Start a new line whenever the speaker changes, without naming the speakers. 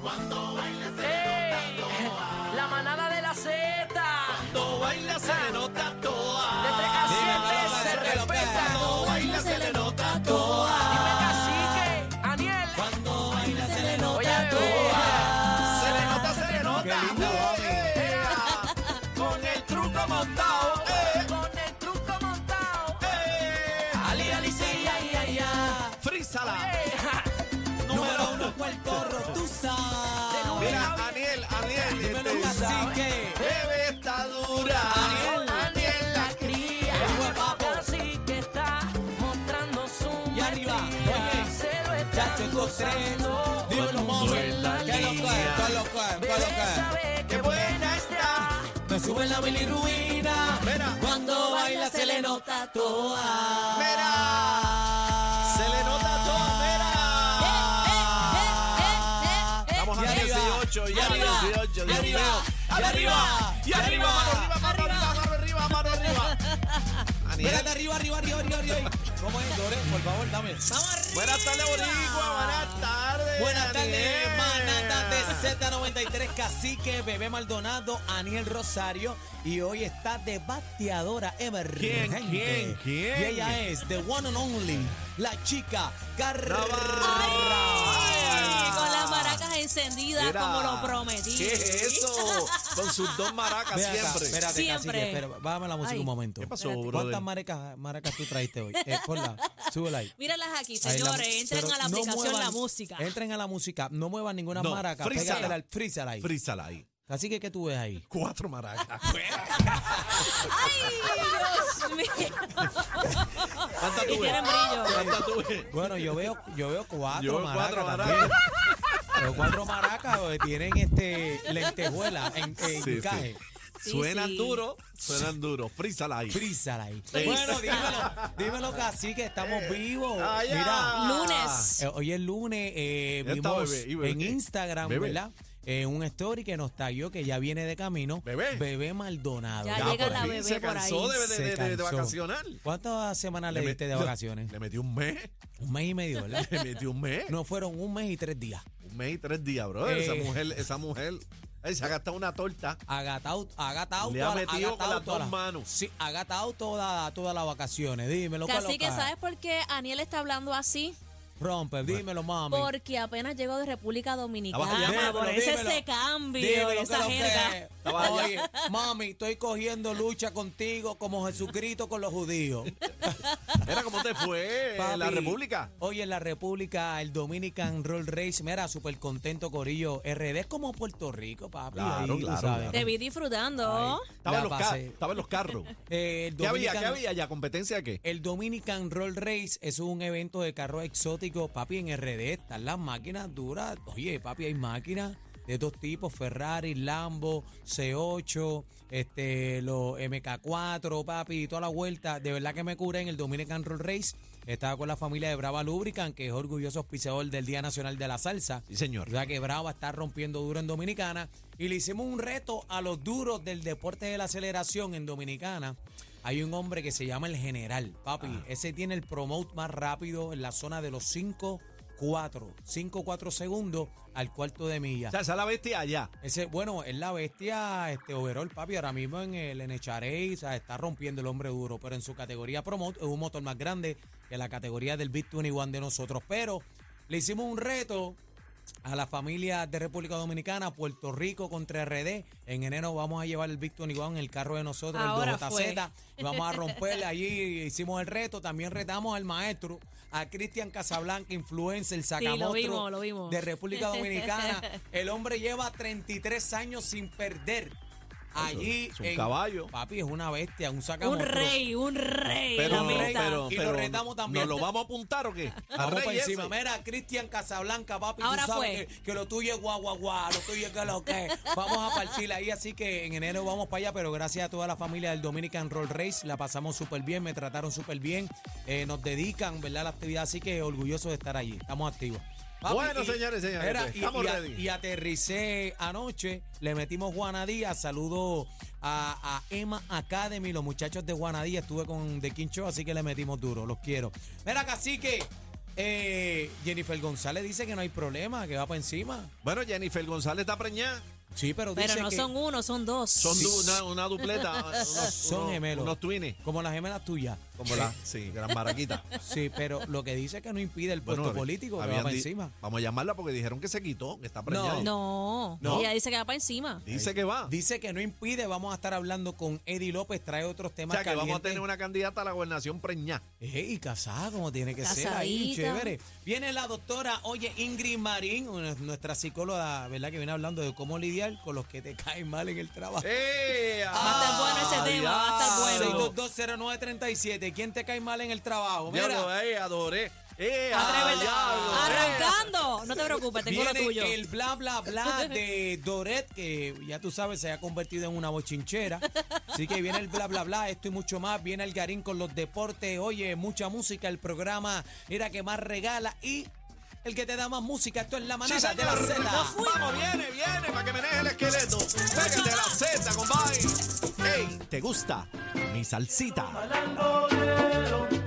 Cuando baila se
¡Ey! La manada de la Z. De
Cuando baila se le nota toa.
3 a
Dímelo,
7 se
dímelo,
respeta.
Cuando baila se le nota toa.
Dime cacique, Aniel.
Cuando baila se le
Oye,
nota
bebé.
toa. Se le nota, se le nota. Eh, eh, Con el truco montado. eh,
Con el truco montado.
eh.
Ali, Ali, sí, ay, ay, ay.
Frízala.
Ey, ja.
Número uno.
De nube,
Mira,
Javi.
Aniel, Aniel. este, Bebé está dura.
Aniel, Aniel la cría.
huepapo.
Cacique está mostrando su
Y arriba,
maestría.
oye,
Se lo está
ya llegó tres.
mostrando.
Dime los monstruos.
Suelta
Que lo coge,
guía.
todo lo coge, todo lo
Bebé
coge.
sabe que
Qué buena
buena está.
está.
Me sube la bilirruina.
Mira.
Cuando baila se le nota toda.
Mira. Se le nota todo, mira. Estamos a
Y arriba,
18, ya
arriba,
18, Dios
arriba,
mío.
y
Arriba, y arriba,
arriba,
mano arriba, mano arriba, mano arriba, mano arriba. Aniel,
Espérate, arriba, arriba, arriba, arriba, arriba. ¿Cómo es, Lore? Por favor, dame. ¡Vamos arriba!
buenas tardes, Boricua, buenas tardes.
Buenas tardes,
Aniel.
manada de Z93, Cacique, Bebé Maldonado, Aniel Rosario. Y hoy está de bateadora emergente.
quién, quién?
Y ella es the one and only, la chica Carra.
Navarra.
Con las maracas encendidas,
Mira,
como lo prometí.
¿Qué es eso? Con sus dos maracas
Ve acá,
siempre.
Espérate,
Siempre.
Cacique, espera, bájame la música
Ay.
un momento.
¿Qué pasó,
Espérate.
brother?
¿Cuántas maracas, maracas tú traiste hoy? Eh, ponla, súbela ahí.
Míralas aquí,
Ahí la-
señores. entren
pero
a la
no
aplicación
muevan- Eh.
La Música.
Entren a la música, no muevan ninguna
No,
maraca,
frízala.
pégatela al freezer ahí.
Frízala ahí.
Así que, ¿qué tú ves ahí?
Cuatro maracas.
¡Ay, Dios mío!
¿Cuántas
Y
tuve?
tienen brillo.
¿Cuántas tuve?
Bueno, yo veo, yo veo cuatro
Yo veo cuatro
maracas
maracas.
también. Veo cuatro maracas que tienen este lentejuela en, en
Sí,
encaje.
Sí,
suenan
sí.
duro, suenan duro. Frízala ahí.
Frízala ahí.
Sí.
Bueno, dímelo, dímelo casi que estamos vivos.
Ah, ya.
Mira,
Lunes.
eh, hoy es lunes, eh,
Ya está,
vimos
bebé, y bebé.
en Instagram,
Bebé.
¿verdad? Eh, un story que nos taguió que ya viene de camino.
Bebé.
Maldonado.
Ya
Ya,
llega
por
la
fin
bebé
se
por
cansó
ahí.
de- de,
Se
de- de- de
cansó.
vacacionar.
¿Cuántas semanas le,
met-
diste de vacaciones?
Le metí un mes.
Un mes y medio, ¿verdad?
Le metí un mes.
No fueron un mes y tres días.
Un mes y tres días, brother. Esa
Eh.
mujer, esa mujer. Él se ha gastado una torta.
Agatao, agatao.
Le ha
toda la-
metido con
agatao
las
toda
dos
la-
manos.
Sí, agatao toda, todas las vacaciones. Dímelo,
Casi que
Carlos,
sabes por qué Aniel está hablando así.
Rompe, dímelo, mami.
Porque apenas llegó de República
Estaba allá.
Dominicana.
Dímelo,
Por eso
dímelo.
ese cambio,
Dímelo,
esa
Carlos,
jerga.
que- Oye, mami, estoy cogiendo lucha contigo como Jesucristo con los judíos.
Mira cómo te fue en la
Papi,
República.
Hoy en la República, el Dominican Roll Race. Mira, súper contento, Corillo. RD es como Puerto Rico, papi.
Claro,
ahí, tú
claro,
sabes.
claro.
Te vi disfrutando.
Ay.
Estaba en,
La
los ca-
pasé.
estaba en los carros.
Eh, el
¿Qué había? ¿Qué
Dominican-
había? ¿Ya competencia de qué?
El Dominican Roll Race es un evento de carros exóticos, papi, en RD están las máquinas duras. Oye, papi, hay máquinas de dos tipos, Ferrari, Lambo, C8, este, los MK4, papi, toda la vuelta. De verdad que me curé en el Dominican Roll Race. Estaba con la familia de Brava Lubricant, que es orgulloso auspiciador del Día Nacional de la Salsa.
Sí, señor.
O sea que Brava está rompiendo duro en Dominicana. Y le hicimos un reto a los duros del deporte de la aceleración en Dominicana. Hay un hombre que se llama el general, papi. Ese tiene el promote más rápido en la zona de los 5, 4, 5, 4 segundos al cuarto de milla.
O sea, esa es la bestia allá.
Ese, bueno, es la bestia, este overall, papi, ahora mismo en el NHRA, o sea, está rompiendo el hombre duro, pero en su categoría promote es un motor más grande que la categoría del Big 21 de nosotros. Pero le hicimos un reto a la familia de República Dominicana, Puerto Rico contra RD. En enero vamos a llevar el Big 21 en el carro de nosotros,
Ahora
el 2JZ. y Vamos a romperle allí, hicimos el reto. También retamos al maestro, a Cristian Casablanca, influencer, sacamostro
vimos, lo vimos.
de República Dominicana. El hombre lleva 33 años sin perder. Allí
es un caballo.
Papi, es una bestia, un
Un
sacamostro.
rey, un rey. en
Pero,
la
meta.
pero,
Y lo
pero,
retamos también.
¿Nos lo vamos a apuntar o qué? Al
Vamos por
rey
encima.
ese.
Mira, Cristian Casablanca, papi,
Ahora
tú sabes
fue.
que, que lo tuyo es guau, guau, guau, lo tuyo es que lo que. Vamos a partir ahí, así que en enero vamos para allá, pero gracias a toda la familia del Dominican Roll Race, la pasamos súper bien, me trataron súper bien, eh, nos dedican, ¿verdad?, a la actividad, así que orgulloso de estar allí, estamos activos.
Ah, Bueno, señores y señores, pues,
y-
estamos
y a-
ready.
y aterricé anoche, le metimos Juanadía, saludo a, a Emma Academy, los muchachos de Juanadía, estuve con The Quincho, así que le metimos duro, los quiero. Mira, cacique, Eh, Jennifer González dice que no hay problema, que va para encima.
Bueno, Jennifer González está preñada.
Sí, pero,
Pero
dice
no
que
son uno, son dos.
Son du- una, una dupleta. unos-
Son
unos-
gemelos.
Unos twinnies.
como las gemelas tuyas.
Como la, sí, gran maraquita.
Pues
Sí, pero lo que dice es que no impide el puesto
Bueno,
político, que va
habían
para
di-
encima.
Vamos a llamarla porque dijeron que se quitó, que está preñada.
No.
No.
Ella dice que va para encima.
Dice que va.
Dice que no impide, vamos a estar hablando con Eddie López, trae otros
O
temas
sea, que vamos a
calientes.
tener una candidata a la gobernación preñada.
Ey, casada como tiene que ser ahí,
Casadita.
chévere. Viene la doctora, oye, Ingrid Marín, una- nuestra psicóloga, ¿verdad? Que viene hablando de cómo lidiar con los que te caen mal en el trabajo.
¡Eh!
Va a estar bueno ese tema, va a estar bueno.
diablo.
6220937, ¿quién te cae mal en el trabajo?
Diablo,
Mira,
eh, adoré. Eh, ah,
Atrévete.
diablo, eh.
Arrancando. No te preocupes, tengo lo
viene
tuyo.
el bla, bla, bla de Doret, que ya tú sabes, se ha convertido en una bochinchera. Así que viene el bla, bla, bla, esto y mucho más. Viene el Garín con los deportes, oye, mucha música, el programa era que más regala y... El que te da más música, esto es la
Sí,
manada de la
señor.
Zeta.
Vamos, viene, viene, para que menees el esqueleto. Pégate la Z, compadre. Ey, ¿te gusta mi salsita?
Bandolero,